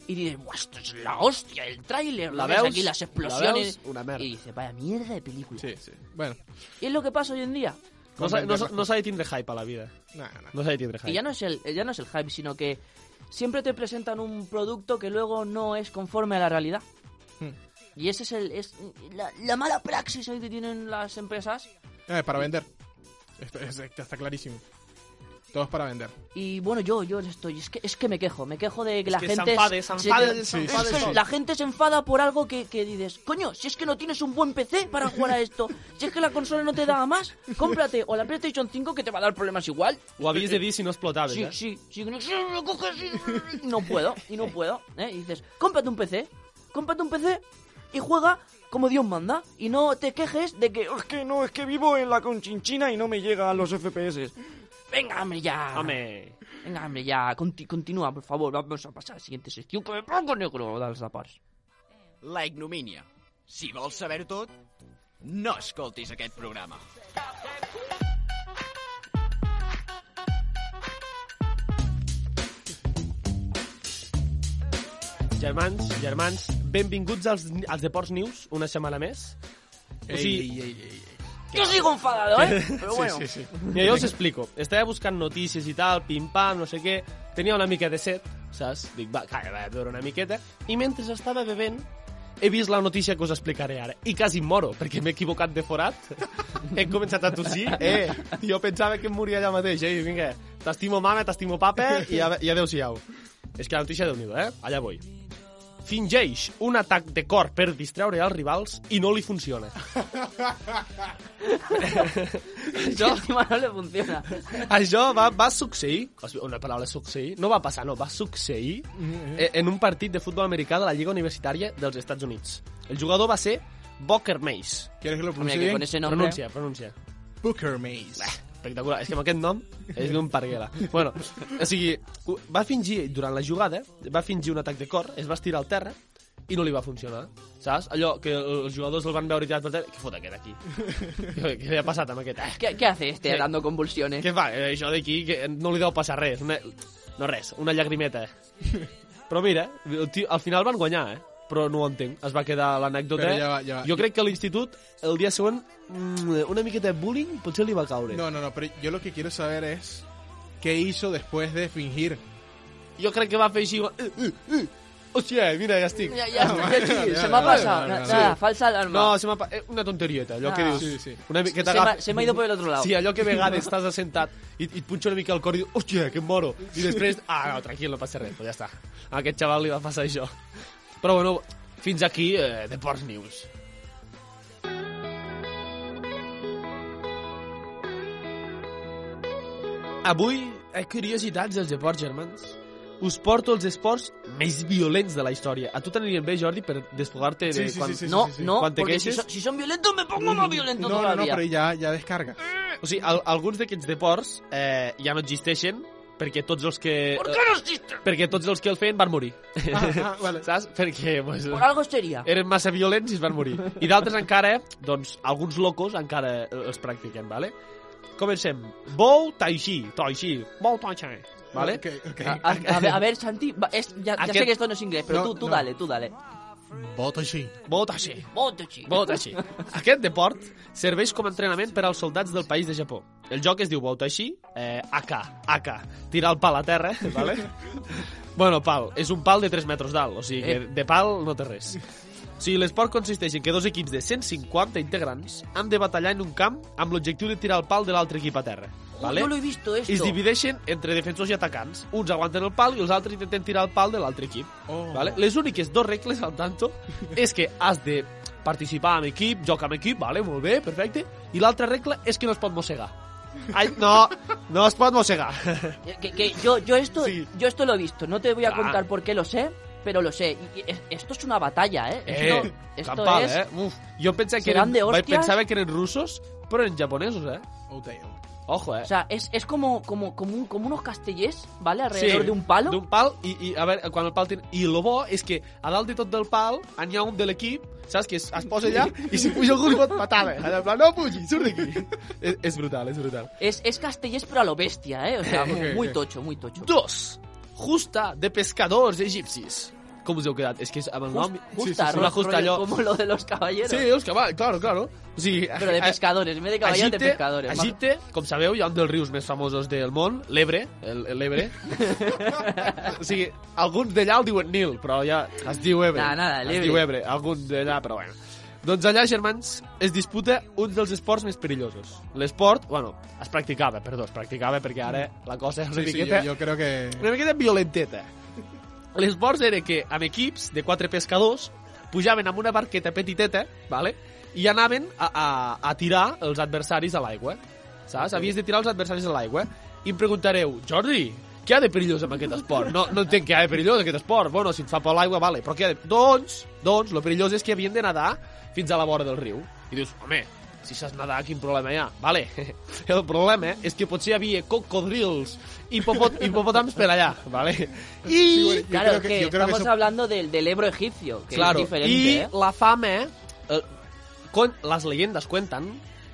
[SPEAKER 2] y dices, "Buah, esto es la hostia, el tráiler,
[SPEAKER 3] La
[SPEAKER 2] ves
[SPEAKER 3] veus,
[SPEAKER 2] aquí las
[SPEAKER 3] la
[SPEAKER 2] explosiones.
[SPEAKER 3] veus, una merda.
[SPEAKER 2] Y dices, vaya mierda de película.
[SPEAKER 1] Sí, sí. Bueno,
[SPEAKER 2] Y es lo que pasa hoy en día.
[SPEAKER 3] No s'ha no, s'ha- no s'ha de tindre hype a la vida.
[SPEAKER 1] nada, nada.
[SPEAKER 3] No s'ha de tindre hype.
[SPEAKER 2] Que ya no es el, ya no es el hype, sino que siempre te presentan un producto que luego no es conforme a la realidad.
[SPEAKER 1] Hmm.
[SPEAKER 2] Y ese es, el, es la, la mala praxis ahí que tienen las empresas
[SPEAKER 1] Eh, para vender. Esto- es- Está, clarísimo. Todo es para vender.
[SPEAKER 2] Y bueno, yo, yo estoy, es que, es que me quejo, me quejo de que la
[SPEAKER 3] que
[SPEAKER 2] gente...
[SPEAKER 3] s'enfade,
[SPEAKER 2] es-
[SPEAKER 3] s'enfade,
[SPEAKER 2] sí, que-
[SPEAKER 1] s'enfade,
[SPEAKER 2] es que
[SPEAKER 1] sí.
[SPEAKER 2] La gente se enfada por algo que, que dices, coño, si es que no tienes un buen PC para jugar a esto, si es que la consola no te da más, cómprate o la PlayStation 5 que te va a dar problemes igual.
[SPEAKER 3] Ho havies de dir si no explotaves,
[SPEAKER 2] Sí,
[SPEAKER 3] eh?
[SPEAKER 2] sí, sí, no, sí, no coges, sí, y no puedo, y no puedo. ¿eh? Y dices, cómprate un PC, cómprate un PC y juega como Dios manda y no te quejes de que...
[SPEAKER 4] Es que no, es que vivo en la conchinchina y no me llega a los FPS.
[SPEAKER 2] Venga, hombre, ya.
[SPEAKER 3] Home...
[SPEAKER 2] Venga, hombre, ya, conti- continúa, por favor, vamos a pasar al siguiente sección que me pongo negro dels tapars.
[SPEAKER 5] La ignomínia. Si vols saber-ho tot, no escoltis aquest programa.
[SPEAKER 3] Germans, germans, benvinguts als, als Deports News, una setmana més. O sigui,
[SPEAKER 1] Ey, ey, ey, ey.
[SPEAKER 2] Yo sigo enfadado, ¿eh? Pero bueno.
[SPEAKER 1] Sí, sí, sí.
[SPEAKER 3] Mira, jo us explico. Estava buscant notícies i tal, pim-pam, no sé què. Tenia una mica de set, saps? Dic, va, calla, vaig a veure una miqueta. I mentre estava bevent, he vist la notícia que us explicaré ara. I quasi moro, perquè m'he equivocat de forat. he començat a tossir. Eh, jo pensava que em moria allà mateix. Eh? I Vinga, t'estimo mama, t'estimo papa i, a, i adeu-siau. És que la notícia déu nhi eh? Allà voy. Fingeix un atac de cor per distreure els rivals i no li funciona.
[SPEAKER 2] Yo encima no le funciona.
[SPEAKER 1] Pues
[SPEAKER 3] Això va, va succeir, o sigui, una paraula succeir, no va passar, no, va succeir eh, en un partit de futbol americà de la Lliga Universitària dels Estats Units. El jugador va ser Booker Mays.
[SPEAKER 1] ¿Quieres que Ah, lo
[SPEAKER 2] Hombre,
[SPEAKER 1] pronuncie
[SPEAKER 2] que
[SPEAKER 1] bien?
[SPEAKER 2] con ese nombre.
[SPEAKER 3] Pronuncia, pronuncia.
[SPEAKER 1] Booker Maze.
[SPEAKER 3] Espectacular. És que amb aquest nom és d'un parguela. Bueno, o sigui, ho- va fingir, durant la jugada, va fingir un atac de cor, es va estirar al terra i no li va funcionar. Saps? Allò que el- els jugadors el van veure tirat per terra, què fot aquest aquí? Què, què li ha passat amb aquest? Ah,
[SPEAKER 2] ¿Qué, qué hace este
[SPEAKER 3] Sí.
[SPEAKER 2] dando convulsiones?
[SPEAKER 3] Què fa? Eh, Això d'aquí que no li deu passar res. Una... No res, una llagrimeta. Però mira, el tio, al final van guanyar, eh? Però no ho entenc. Es va quedar l'anècdota.
[SPEAKER 1] Però ja va, ja va.
[SPEAKER 3] Jo crec que a l'institut, el dia següent, mm, una miqueta de bullying potser li va caure.
[SPEAKER 1] No, no, no, pero yo lo que quiero saber es qué hizo después de fingir.
[SPEAKER 3] Jo crec que va fer així... igual, Eh, eh, eh. Hòstia, mira, ja estic.
[SPEAKER 2] Ya, ya,
[SPEAKER 1] Ah,
[SPEAKER 2] estoy aquí,
[SPEAKER 1] vale,
[SPEAKER 2] se me ha
[SPEAKER 1] vale,
[SPEAKER 2] pasado.
[SPEAKER 1] vale, vale,
[SPEAKER 2] Nada,
[SPEAKER 1] vale.
[SPEAKER 2] falsa alarma.
[SPEAKER 3] No, se m'ha... pa- eh, Una tonterieta, allò que
[SPEAKER 2] Ah.
[SPEAKER 3] dius.
[SPEAKER 1] Sí, sí.
[SPEAKER 3] Una mi- que
[SPEAKER 2] se, me,
[SPEAKER 3] t'agafa-
[SPEAKER 2] ha- se me ha ido por el otro lado.
[SPEAKER 3] Sí, allò que a vegades estàs assentat i, i et punxa una mica el cor i dius, hòstia, que em moro. I després, ah, no, tranquil, no passa res, però ja està. A aquest xaval li va passar això. Però bueno, fins aquí, eh, Deports News. Avui, a Curiositats dels Esports, germans, us porto els esports més violents de la història. A tu t'anirien bé, Jordi, per desfogar-te
[SPEAKER 1] Sí,
[SPEAKER 3] de
[SPEAKER 1] sí,
[SPEAKER 3] quan...
[SPEAKER 1] sí, sí,
[SPEAKER 2] no,
[SPEAKER 1] sí, sí.
[SPEAKER 2] no,
[SPEAKER 3] Cuando te
[SPEAKER 2] porque si
[SPEAKER 3] quejes-
[SPEAKER 2] son, si son violentos me pongo más violento
[SPEAKER 1] No, no, no,
[SPEAKER 2] todavía.
[SPEAKER 1] pero ya, ya descarga.
[SPEAKER 3] O sigui, al, alguns d'aquests deports eh, ja no existeixen perquè tots els que... eh,
[SPEAKER 2] ¿Por qué no existe?
[SPEAKER 3] Perquè tots els que el feien van morir.
[SPEAKER 1] Ah, ah, vale.
[SPEAKER 3] Saps? Perquè pues,
[SPEAKER 2] Por algo sería.
[SPEAKER 3] eren massa violents i es van morir. I d'altres encara, doncs, alguns locos encara eh, els practiquen, vale? Comencem. Bou Tai Chi. Tai Chi. Bou Tai Chi. Vale?
[SPEAKER 1] Ok, ok.
[SPEAKER 2] A, a- a ver, a ver, Santi, va, es- ya, ya
[SPEAKER 3] Aquest-
[SPEAKER 2] sé que esto no es inglés, pero
[SPEAKER 1] eh. No,
[SPEAKER 2] tú, tú
[SPEAKER 1] no.
[SPEAKER 2] dale, tú dale.
[SPEAKER 1] Botoshi.
[SPEAKER 3] Bou Tai Chi.
[SPEAKER 2] Voto, chico.
[SPEAKER 3] Bou Tai Chi. Aquest deport serveix com a entrenament per als soldats del país de Japó. El joc es diu Bou Tai Chi, eh, AK, AK. Tirar el pal a terra, vale? bueno, pal. És un pal de 3 metres d'alt, o sigui que de pal no té res. O sigui, l'esport consisteix en que dos equips de 150 integrants han de batallar en un camp amb l'objectiu de tirar el pal de l'altre equip a terra.
[SPEAKER 2] Oh,
[SPEAKER 3] Vale?
[SPEAKER 2] Yo lo he visto
[SPEAKER 3] I es
[SPEAKER 2] esto.
[SPEAKER 3] divideixen entre defensors i atacants. Uns aguanten el pal i els altres intenten tirar el pal de l'altre equip.
[SPEAKER 1] Oh.
[SPEAKER 3] Vale? Les úniques dos regles al tanto és que has de participar amb equip, joc amb equip, vale, molt bé, perfecte, i l'altra regla és que no es pot mossegar. Ai, no, no es pot mossegar.
[SPEAKER 2] Eh, Que, que yo, yo, esto,
[SPEAKER 3] Sí.
[SPEAKER 2] yo esto lo he visto. No te voy a
[SPEAKER 3] Ah.
[SPEAKER 2] contar por qué lo sé, pero lo sé. Y- y es- esto es una batalla, ¿eh? Esto,
[SPEAKER 3] Eh,
[SPEAKER 2] esto
[SPEAKER 3] campal,
[SPEAKER 2] es...
[SPEAKER 3] eh? Uf, jo pensava que,
[SPEAKER 2] Seran
[SPEAKER 3] eren,
[SPEAKER 2] de
[SPEAKER 3] vaig-
[SPEAKER 2] hòsties?
[SPEAKER 3] pensava que eren russos, però eren japonesos, eh?
[SPEAKER 1] Oh, damn.
[SPEAKER 3] Ojo, eh?
[SPEAKER 2] O sea, es, es como, como, como, un- como unos castellers, ¿vale? Alrededor
[SPEAKER 3] Sí,
[SPEAKER 2] de un palo.
[SPEAKER 3] D'un pal, i, i a veure, quan el pal tira... I lo bo és que a dalt de tot del pal n'hi ha un de l'equip, saps, que es, es posa allà i si puja algú li pot patar, eh? En plan, no pugi, surt d'aquí. és, és brutal, és brutal.
[SPEAKER 2] Es, es castellers, pero a lo bestia, ¿eh? O sea, muy tocho, muy tocho.
[SPEAKER 3] Dos, justa de pescadors egipcis. Com us heu quedat? És que és amb el nom...
[SPEAKER 2] Just- justa,
[SPEAKER 3] una
[SPEAKER 2] rollo-
[SPEAKER 3] justa
[SPEAKER 2] rollo
[SPEAKER 3] allò...
[SPEAKER 2] como lo de los caballeros.
[SPEAKER 3] Sí, és que va, claro, claro. O sigui, eh,
[SPEAKER 2] Pero de
[SPEAKER 3] a- a-
[SPEAKER 2] pescadores, en vez de caballeros, de pescadores. Más-
[SPEAKER 3] Egipte, com sabeu, hi ha un dels rius més famosos del món, l'Ebre, el- l'Ebre. o sigui, alguns d'allà el diuen Nil, però ja es diu Ebre.
[SPEAKER 2] Nah, nada, l'Ebre.
[SPEAKER 3] Es diu Ebre, alguns d'allà, però bueno. Doncs allà, germans, es disputa un dels esports més perillosos. L'esport, bueno, es practicava, perdó, es practicava perquè ara la cosa és una
[SPEAKER 1] Sí, este- sí,
[SPEAKER 3] miqueta...
[SPEAKER 1] yo, yo creo que...
[SPEAKER 3] una miqueta violenteta. L'esborç era que amb equips de quatre pescadors pujaven amb una barqueta petiteta vale? i anaven a, a, a tirar els adversaris a l'aigua. Saps? Havies de tirar els adversaris a l'aigua. I em preguntareu, Jordi, què hi ha de perillós amb aquest esport? No, no entenc què hi ha de perillós amb aquest esport. Bueno, si et fa por l'aigua, vale. Però què hi ha de... Doncs, doncs, lo perillós és que havien de nedar fins a la vora del riu. I dius, home, si saps nedar, quin problema hi ha? Vale. El problema és que potser hi havia cocodrils i hipopot hipopotams per allà, vale? I...
[SPEAKER 1] Sí, bueno, yo
[SPEAKER 2] Claro,
[SPEAKER 1] creo
[SPEAKER 2] que,
[SPEAKER 1] que, yo creo que
[SPEAKER 2] estamos
[SPEAKER 1] eso-
[SPEAKER 2] hablando del, del Ebro egipcio, que
[SPEAKER 3] claro.
[SPEAKER 2] es diferente,
[SPEAKER 3] y
[SPEAKER 2] ¿eh?
[SPEAKER 3] la fama, eh, con, las leyendas cuentan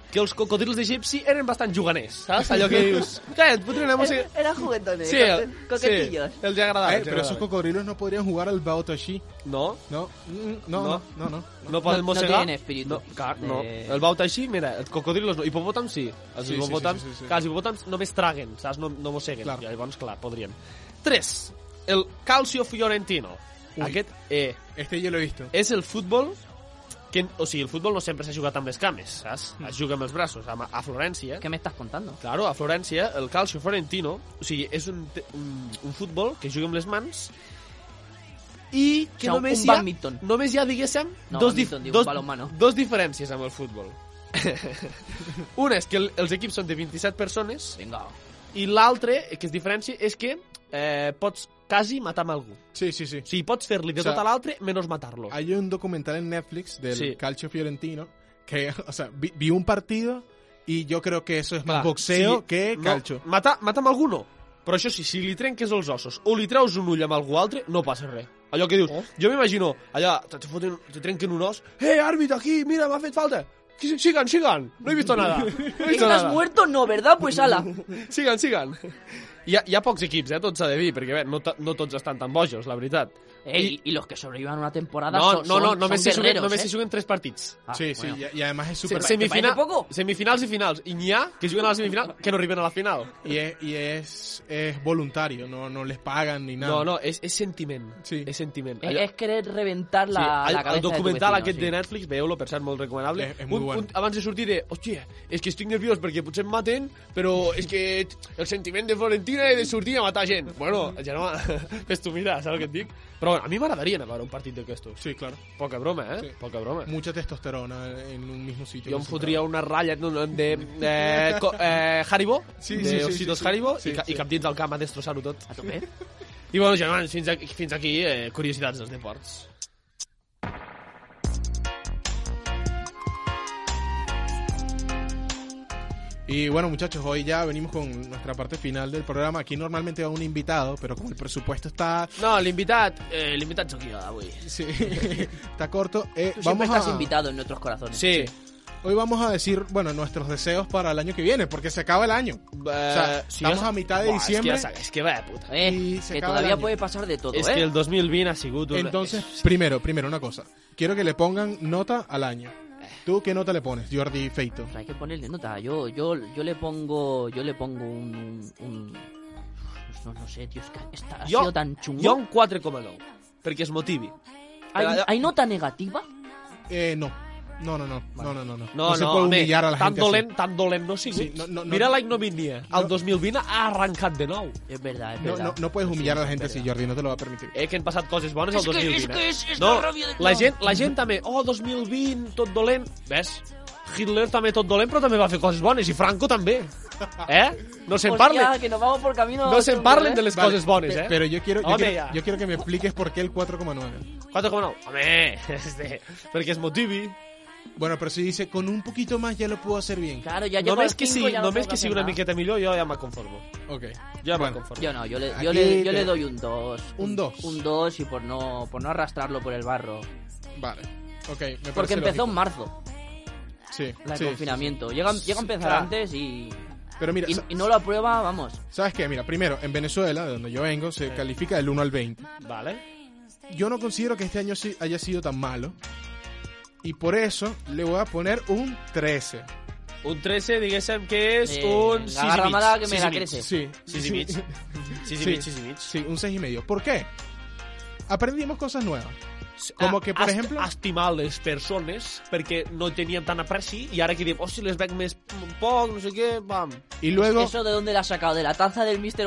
[SPEAKER 3] que els cocodrils d'Egipci eren bastant juganers, saps? Allò que dius, què, et podrien anar... Sí,
[SPEAKER 2] Era juguetones,
[SPEAKER 3] sí,
[SPEAKER 2] Eh, coque- coquetillos.
[SPEAKER 3] sí, els agradava.
[SPEAKER 1] Eh, pero esos cocodrilos no podrían jugar al Baotashi.
[SPEAKER 3] No,
[SPEAKER 1] No, mm, no,
[SPEAKER 3] No.
[SPEAKER 1] no, no, no.
[SPEAKER 3] no poden
[SPEAKER 2] no
[SPEAKER 3] mossegar.
[SPEAKER 2] tenen espíritu.
[SPEAKER 3] No, clar, no.
[SPEAKER 2] Eh.
[SPEAKER 3] El bau així, mira, els cocodrilos no. Hipopòtams sí. Els
[SPEAKER 1] Sí, sí,
[SPEAKER 3] hipopòtams,
[SPEAKER 1] sí, sí, sí, sí.
[SPEAKER 3] clar, els hipopòtams només traguen, saps? No, no mosseguen.
[SPEAKER 1] Clar.
[SPEAKER 3] I llavors, clar, podrien. 3. El Calcio Fiorentino.
[SPEAKER 1] Ui.
[SPEAKER 3] Aquest eh,
[SPEAKER 1] Este yo lo he visto.
[SPEAKER 3] és el futbol que, o sigui, el futbol no sempre s'ha jugat amb les cames, saps?
[SPEAKER 2] Mm.
[SPEAKER 3] Es juga amb els braços. A, a Florència,
[SPEAKER 2] ¿Qué me estás contando?
[SPEAKER 3] Claro, a Florència, el calcio florentino, o sigui, és un, te- un, un futbol que juga amb les mans i que
[SPEAKER 2] O sigui, un
[SPEAKER 3] només, hi ha,
[SPEAKER 2] bàdminton.
[SPEAKER 3] només hi ha, diguéssim,
[SPEAKER 2] No,
[SPEAKER 3] dos,
[SPEAKER 2] bàdminton, diu,
[SPEAKER 3] dos,
[SPEAKER 2] balonmano.
[SPEAKER 3] dos diferències amb el futbol. Una és que el, els equips són de 27 persones
[SPEAKER 2] Venga.
[SPEAKER 3] i l'altra que es diferència és que eh, pots quasi matar amb algú.
[SPEAKER 1] Sí, sí, sí.
[SPEAKER 3] O sigui, pots fer-li de
[SPEAKER 1] O sea,
[SPEAKER 3] tot a l'altre menys matar-lo.
[SPEAKER 1] Hay un documental en Netflix del
[SPEAKER 3] Sí.
[SPEAKER 1] Calcio Fiorentino que, o sea, vi, vi un partido y yo creo que eso es más
[SPEAKER 3] Clar,
[SPEAKER 1] boxeo
[SPEAKER 3] sí,
[SPEAKER 1] que
[SPEAKER 3] no,
[SPEAKER 1] calcio.
[SPEAKER 3] Matar, matar amb algú no. Però això sí, si li trenques els ossos o li treus un ull amb algú altre, no passa res. Allò que dius, oh. jo m'imagino, allà, te, te, foten, te trenquen un os, eh, àrbit, aquí, mira, m'ha fet falta. Sí, sí, Sigan, sigan, no he visto nada. No he visto
[SPEAKER 2] ¿Estás
[SPEAKER 3] nada.
[SPEAKER 2] muerto? No, ¿verdad? Pues ala.
[SPEAKER 3] Sigan, sigan. Hi ha, hi ha pocs equips, eh, tot s'ha de dir, perquè bé, no, to- no tots estan tan bojos, la veritat.
[SPEAKER 2] Ey, y los que sobrevivan una temporada
[SPEAKER 3] No,
[SPEAKER 2] son,
[SPEAKER 3] no, no,
[SPEAKER 2] son-
[SPEAKER 3] només
[SPEAKER 2] son
[SPEAKER 3] s'hi juguen,
[SPEAKER 2] guerreros,
[SPEAKER 3] només
[SPEAKER 2] ¿eh?
[SPEAKER 3] s'hi juguen tres partits.
[SPEAKER 2] Ah,
[SPEAKER 1] sí, sí,
[SPEAKER 2] bueno.
[SPEAKER 1] y, y además es súper...
[SPEAKER 2] Sí, sí.
[SPEAKER 3] Semifina-
[SPEAKER 2] poco?
[SPEAKER 3] semifinals i finals. I n'hi ha que juguen a la semifinal que no arriben a la final.
[SPEAKER 1] Y, es, y es, es voluntario, no, no les pagan ni nada.
[SPEAKER 3] No, no, és, és sentiment.
[SPEAKER 1] Sí.
[SPEAKER 3] És sentiment.
[SPEAKER 2] Es, es querer reventar la,
[SPEAKER 3] sí, el,
[SPEAKER 2] la cabeza
[SPEAKER 3] el documental
[SPEAKER 2] de tu vecino,
[SPEAKER 3] aquest
[SPEAKER 2] sí.
[SPEAKER 3] de Netflix, veieu-lo, per cert, molt recomanable.
[SPEAKER 1] Eh, és molt
[SPEAKER 3] un,
[SPEAKER 1] bueno.
[SPEAKER 3] un, abans de sortir de, hòstia, és que estic nerviós perquè potser em maten, però és que el sentiment de Florentina és de sortir a matar gent. Bueno, germà, fes tu mirar, saps el que et dic? Però bueno, a mi m'agradaria anar a veure un partit d'aquestos.
[SPEAKER 1] Sí, claro.
[SPEAKER 3] Poca broma, eh?
[SPEAKER 1] Sí.
[SPEAKER 3] Poca broma.
[SPEAKER 1] Mucha testosterona en un mismo sitio.
[SPEAKER 3] Jo em
[SPEAKER 1] concentrado.
[SPEAKER 3] fotria una ratlla no, no, de eh, co, eh, Haribo,
[SPEAKER 1] Sí,
[SPEAKER 3] de
[SPEAKER 1] sí, sí,
[SPEAKER 3] Ositos
[SPEAKER 1] sí, sí.
[SPEAKER 3] Haribo,
[SPEAKER 1] Sí,
[SPEAKER 3] i, ca,
[SPEAKER 1] sí.
[SPEAKER 3] i cap dins del camp a destrossar-ho tot.
[SPEAKER 2] A tope.
[SPEAKER 3] I bueno, germans, fins aquí, fins aquí eh, curiositats dels deports.
[SPEAKER 1] Y bueno, muchachos, hoy ya venimos con nuestra parte final del programa. Aquí normalmente va un invitado, pero como el presupuesto está,
[SPEAKER 3] No, l'invitat, eh, l'invitat sóc jo, avui. Eh,
[SPEAKER 1] sí, está corto, eh,
[SPEAKER 2] Tú
[SPEAKER 1] vamos
[SPEAKER 2] siempre estás
[SPEAKER 1] a,
[SPEAKER 2] invitado en nuestros corazones.
[SPEAKER 3] Sí.
[SPEAKER 1] hoy vamos a decir, bueno, nuestros deseos para el año que viene, porque se acaba el año.
[SPEAKER 3] Eh,
[SPEAKER 1] O sea, estamos
[SPEAKER 3] ja-
[SPEAKER 1] a mitad de
[SPEAKER 3] Buah,
[SPEAKER 1] diciembre.
[SPEAKER 3] És que, ja, sa- és que vaya puta.
[SPEAKER 2] Eh,
[SPEAKER 1] Y se
[SPEAKER 2] que
[SPEAKER 1] acaba el
[SPEAKER 2] todavía
[SPEAKER 1] año.
[SPEAKER 2] puede pasar de todo,
[SPEAKER 3] És
[SPEAKER 2] ¿eh?
[SPEAKER 3] que el 2020 ha sigut... una-
[SPEAKER 1] Entonces, primero, primero una cosa. Quiero que le pongan nota al año.
[SPEAKER 3] Eh.
[SPEAKER 1] ¿Tú qué nota le pones, Jordi Feito?
[SPEAKER 2] O sea, hay que ponerle nota. Yo, yo, yo le pongo, yo le pongo un, un- un- no, no sé, tío, es que está, ha
[SPEAKER 3] Jo-
[SPEAKER 2] sido tan chungo.
[SPEAKER 3] Jo un 4,9, perquè es motivi.
[SPEAKER 2] ¿Hay,
[SPEAKER 3] Pero-
[SPEAKER 2] hay nota negativa?
[SPEAKER 1] Eh, no. No, no, no. No, no, no. No,
[SPEAKER 3] No, no,
[SPEAKER 1] se puede
[SPEAKER 3] home,
[SPEAKER 1] humillar a la
[SPEAKER 3] tan
[SPEAKER 1] gente. así.
[SPEAKER 3] dolent, tan dolent no ha sigut.
[SPEAKER 1] Sí, no, no, no.
[SPEAKER 3] Mira la ignomínia. El
[SPEAKER 1] No.
[SPEAKER 3] 2020 ha arrencat de nou.
[SPEAKER 2] Es verdad, es
[SPEAKER 1] No,
[SPEAKER 2] verdad.
[SPEAKER 1] no, no puedes humillar a la gente así,
[SPEAKER 3] verdad.
[SPEAKER 1] Jordi, no te lo va a permitir.
[SPEAKER 3] Eh, que han passat coses bones al
[SPEAKER 2] És que-
[SPEAKER 3] 2020.
[SPEAKER 2] és que és- és
[SPEAKER 3] eh? no,
[SPEAKER 2] la ràbia del
[SPEAKER 3] la
[SPEAKER 2] lloc.
[SPEAKER 3] gent, la gent també, oh, 2020, tot dolent. Ves? Hitler també tot dolent, però també va fer coses bones. I Franco també. Eh? No se'n
[SPEAKER 2] Hostia,
[SPEAKER 3] parla.
[SPEAKER 2] que nos vamos por camino.
[SPEAKER 3] No se'n parlen de les
[SPEAKER 1] Vale,
[SPEAKER 3] coses bones,
[SPEAKER 1] pe-
[SPEAKER 3] eh?
[SPEAKER 1] Pero yo quiero, yo,
[SPEAKER 3] Home,
[SPEAKER 1] quiero,
[SPEAKER 3] ja.
[SPEAKER 1] yo quiero que me expliques por qué el 4,9.
[SPEAKER 3] 4,9. Home, este, perquè es motivi.
[SPEAKER 1] Bueno, pero si dice con un poquito más ya lo puedo hacer bien.
[SPEAKER 2] Claro, ya llego
[SPEAKER 3] Només
[SPEAKER 2] al
[SPEAKER 3] que,
[SPEAKER 2] cinco,
[SPEAKER 3] sigui,
[SPEAKER 2] ya no
[SPEAKER 3] només
[SPEAKER 2] tengo
[SPEAKER 3] que sigui
[SPEAKER 2] hacer
[SPEAKER 3] una
[SPEAKER 2] nada.
[SPEAKER 3] miqueta millor, jo ja me conformo.
[SPEAKER 1] Ok.
[SPEAKER 3] Jo ja me
[SPEAKER 1] Bueno,
[SPEAKER 3] conformo.
[SPEAKER 2] Yo no, yo le, yo
[SPEAKER 1] Aquí
[SPEAKER 2] le, yo
[SPEAKER 1] te-
[SPEAKER 2] le doy un 2.
[SPEAKER 1] Un dos.
[SPEAKER 2] Un 2 y por no, por no arrastrarlo por el barro.
[SPEAKER 1] Vale. Ok, me parece
[SPEAKER 2] Porque empezó
[SPEAKER 1] lógico.
[SPEAKER 2] en marzo,
[SPEAKER 1] Sí,
[SPEAKER 2] la de
[SPEAKER 1] sí,
[SPEAKER 2] confinamiento. Llega, llega a empezar
[SPEAKER 3] claro.
[SPEAKER 2] antes y,
[SPEAKER 1] sí. Pero mira,
[SPEAKER 2] y-
[SPEAKER 1] sa-
[SPEAKER 2] y no lo aprueba, vamos.
[SPEAKER 1] ¿sabes qué? Mira, primero, en Venezuela, de donde yo vengo, se califica del 1 al 20.
[SPEAKER 3] Vale.
[SPEAKER 1] Yo no considero que este año sí- haya sido tan malo. Y por eso le voy a poner un 13.
[SPEAKER 3] Un 13, diguéssim que és
[SPEAKER 2] Eh,
[SPEAKER 3] un
[SPEAKER 2] la
[SPEAKER 3] 6 i mig.
[SPEAKER 2] garramada que me
[SPEAKER 3] Sis
[SPEAKER 2] la
[SPEAKER 3] i mig.
[SPEAKER 2] crece.
[SPEAKER 1] Sí.
[SPEAKER 3] Sis i mig. Sis i
[SPEAKER 1] Sí.
[SPEAKER 3] mig, sis i mig.
[SPEAKER 1] Sí, un 6 y medio. ¿Por qué? Aprendimos cosas nuevas.
[SPEAKER 3] Como
[SPEAKER 1] Como que, per exemple-
[SPEAKER 3] Ah, Estimar les persones perquè no tenien tant apreci i ara que diem, hosti, les veig més mm, poc, no sé què, bam.
[SPEAKER 1] Y luego,
[SPEAKER 2] ¿Eso de dónde la has sacado? ¿De la taza del Mr.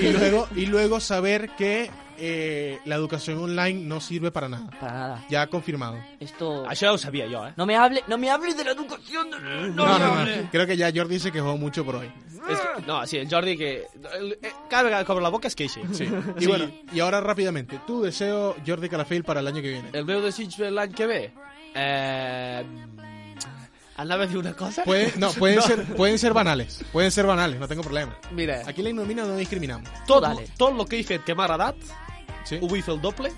[SPEAKER 1] y luego, y luego saber que eh, la educación online no sirve para nada.
[SPEAKER 2] Para nada.
[SPEAKER 1] Ya confirmado.
[SPEAKER 2] Esto.
[SPEAKER 3] Això ja ho sabia jo, eh?
[SPEAKER 2] No me hable, no me hables de la educación. No,
[SPEAKER 1] No,
[SPEAKER 2] no, me
[SPEAKER 1] no, no.
[SPEAKER 2] hables.
[SPEAKER 1] Creo que ya Jordi se quejó mucho por hoy.
[SPEAKER 3] És, no, sí, el Jordi que... el- eh, Cada vegada que obre la boca es queixa.
[SPEAKER 1] Sí. Y bueno, y ahora rápidamente, tu deseo Jordi Calafell para el año que
[SPEAKER 2] Eh,
[SPEAKER 1] viene.
[SPEAKER 3] El meu desig per l'any que ve... Eh... Anava a dir una cosa?
[SPEAKER 1] Puede- no, pueden ser, pueden ser banales. Pueden ser banales, no tengo problema.
[SPEAKER 3] Mira,
[SPEAKER 1] Aquí la ignomina no discriminamos.
[SPEAKER 3] tot,
[SPEAKER 2] Dale.
[SPEAKER 3] tot el que he fet que m'ha agradat,
[SPEAKER 1] ¿sí?
[SPEAKER 3] ho vull fer el doble,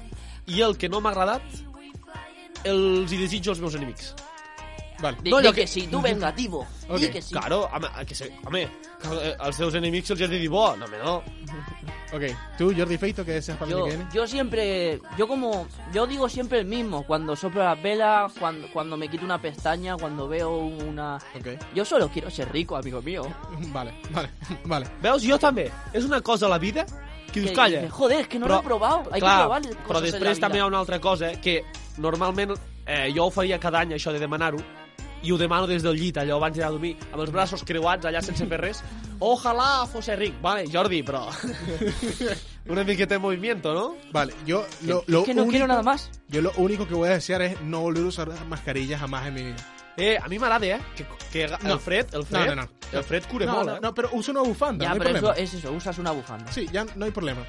[SPEAKER 3] i el que no m'ha agradat, els hi desitjo als meus enemics.
[SPEAKER 1] Vale.
[SPEAKER 2] Di,
[SPEAKER 3] No,
[SPEAKER 2] di
[SPEAKER 3] allò
[SPEAKER 2] que...
[SPEAKER 3] que-
[SPEAKER 2] sí, tu vengativo. Di
[SPEAKER 1] Ok,
[SPEAKER 2] que sí.
[SPEAKER 3] Claro, home, que se, home, que eh, els seus enemics se'ls has de dir bo. No, home, no.
[SPEAKER 1] Ok, tú, Jordi Feito, ¿qué deseas para el
[SPEAKER 2] Yo,
[SPEAKER 1] año que viene?
[SPEAKER 2] yo siempre, yo como, yo digo siempre el mismo, cuando soplo las velas, cuando, cuando me quito una pestaña, cuando veo una...
[SPEAKER 1] Ok,
[SPEAKER 2] Yo solo quiero ser rico, amigo mío.
[SPEAKER 1] vale, vale, vale.
[SPEAKER 3] Veus, jo també. És una cosa a la vida que dius,
[SPEAKER 2] Que
[SPEAKER 3] calla.
[SPEAKER 2] dices, Joder, es que no
[SPEAKER 3] Però,
[SPEAKER 2] lo he probado. Hay
[SPEAKER 3] clar,
[SPEAKER 2] que probar cosas
[SPEAKER 3] però
[SPEAKER 2] en la
[SPEAKER 3] després
[SPEAKER 2] vida".
[SPEAKER 3] també hi ha una altra cosa eh, que normalment eh, jo ho faria cada any, això de demanar-ho, i ho demano des del llit, allò abans d'anar a dormir, amb els braços creuats allà sense fer res. Ojalá fos ric. Vale, Jordi, però... una miqueta de moviment, no?
[SPEAKER 1] Vale, yo
[SPEAKER 2] Que-
[SPEAKER 1] lo,
[SPEAKER 2] es
[SPEAKER 1] lo
[SPEAKER 2] que no
[SPEAKER 1] único,
[SPEAKER 2] quiero nada más.
[SPEAKER 1] yo lo único que voy a desear es no volver a usar mascarilla jamás en mi vida.
[SPEAKER 3] Eh, a mi m'agrada, eh? Que, que el
[SPEAKER 1] No.
[SPEAKER 3] fred, el fred,
[SPEAKER 1] No, no, no.
[SPEAKER 3] el fred cura
[SPEAKER 1] no,
[SPEAKER 3] molt,
[SPEAKER 1] no,
[SPEAKER 3] eh?
[SPEAKER 1] no, pero uso una bufanda,
[SPEAKER 2] Ya,
[SPEAKER 1] no hay
[SPEAKER 2] pero
[SPEAKER 1] problema.
[SPEAKER 2] eso es eso, usas una bufanda.
[SPEAKER 1] Sí, ya no hay problema.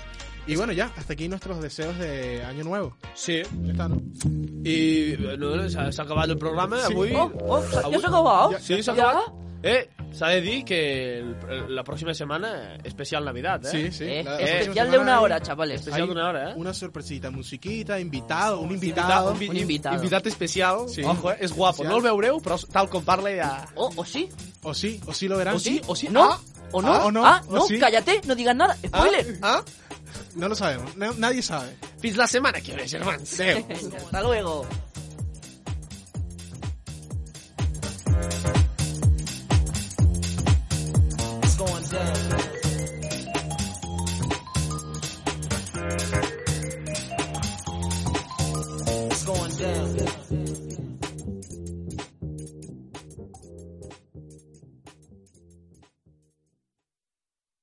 [SPEAKER 1] Y bueno, ya, hasta aquí nuestros deseos de año nuevo.
[SPEAKER 3] Sí.
[SPEAKER 1] Ya está, ¿no?
[SPEAKER 3] I eh, no, s'ha s'ha acabat el programa
[SPEAKER 1] Sí.
[SPEAKER 3] avui.
[SPEAKER 2] Oh, oh, ¿se-
[SPEAKER 3] avui-
[SPEAKER 2] ¿ya se ha acabado?
[SPEAKER 1] Ya-
[SPEAKER 3] Sí, s'ha
[SPEAKER 2] ¿Ya?
[SPEAKER 3] acabat. Eh, s'ha de dir que el, la pròxima setmana especial Navidad, eh?
[SPEAKER 1] Sí, sí.
[SPEAKER 2] Eh,
[SPEAKER 1] la- la
[SPEAKER 3] eh,
[SPEAKER 1] próxima
[SPEAKER 2] especial de
[SPEAKER 1] semana
[SPEAKER 2] una
[SPEAKER 1] hay
[SPEAKER 2] hora, chavales.
[SPEAKER 3] Especial d'una hora, eh?
[SPEAKER 1] Una sorpresita, musiquita, invitado, un
[SPEAKER 3] Invita-
[SPEAKER 1] invitado.
[SPEAKER 3] vi-
[SPEAKER 2] Un invitado.
[SPEAKER 3] Invitat especial.
[SPEAKER 1] Sí.
[SPEAKER 3] Ojo, eh? És guapo.
[SPEAKER 1] Especial.
[SPEAKER 3] No el veureu, però tal com parla ja...
[SPEAKER 2] Oh, o sí,
[SPEAKER 1] O sí, o sí lo verán.
[SPEAKER 2] o sí,
[SPEAKER 3] o sí,
[SPEAKER 2] no,
[SPEAKER 3] ah,
[SPEAKER 2] o no,
[SPEAKER 1] ah, o no,
[SPEAKER 2] ah,
[SPEAKER 1] o
[SPEAKER 2] no,
[SPEAKER 1] sí.
[SPEAKER 2] cállate, no digas nada, spoiler.
[SPEAKER 3] Ah?
[SPEAKER 1] No lo sabemos, na- nadie sabe.
[SPEAKER 3] Fins la setmana que ve, germans.
[SPEAKER 1] Adeu.
[SPEAKER 2] Hasta luego.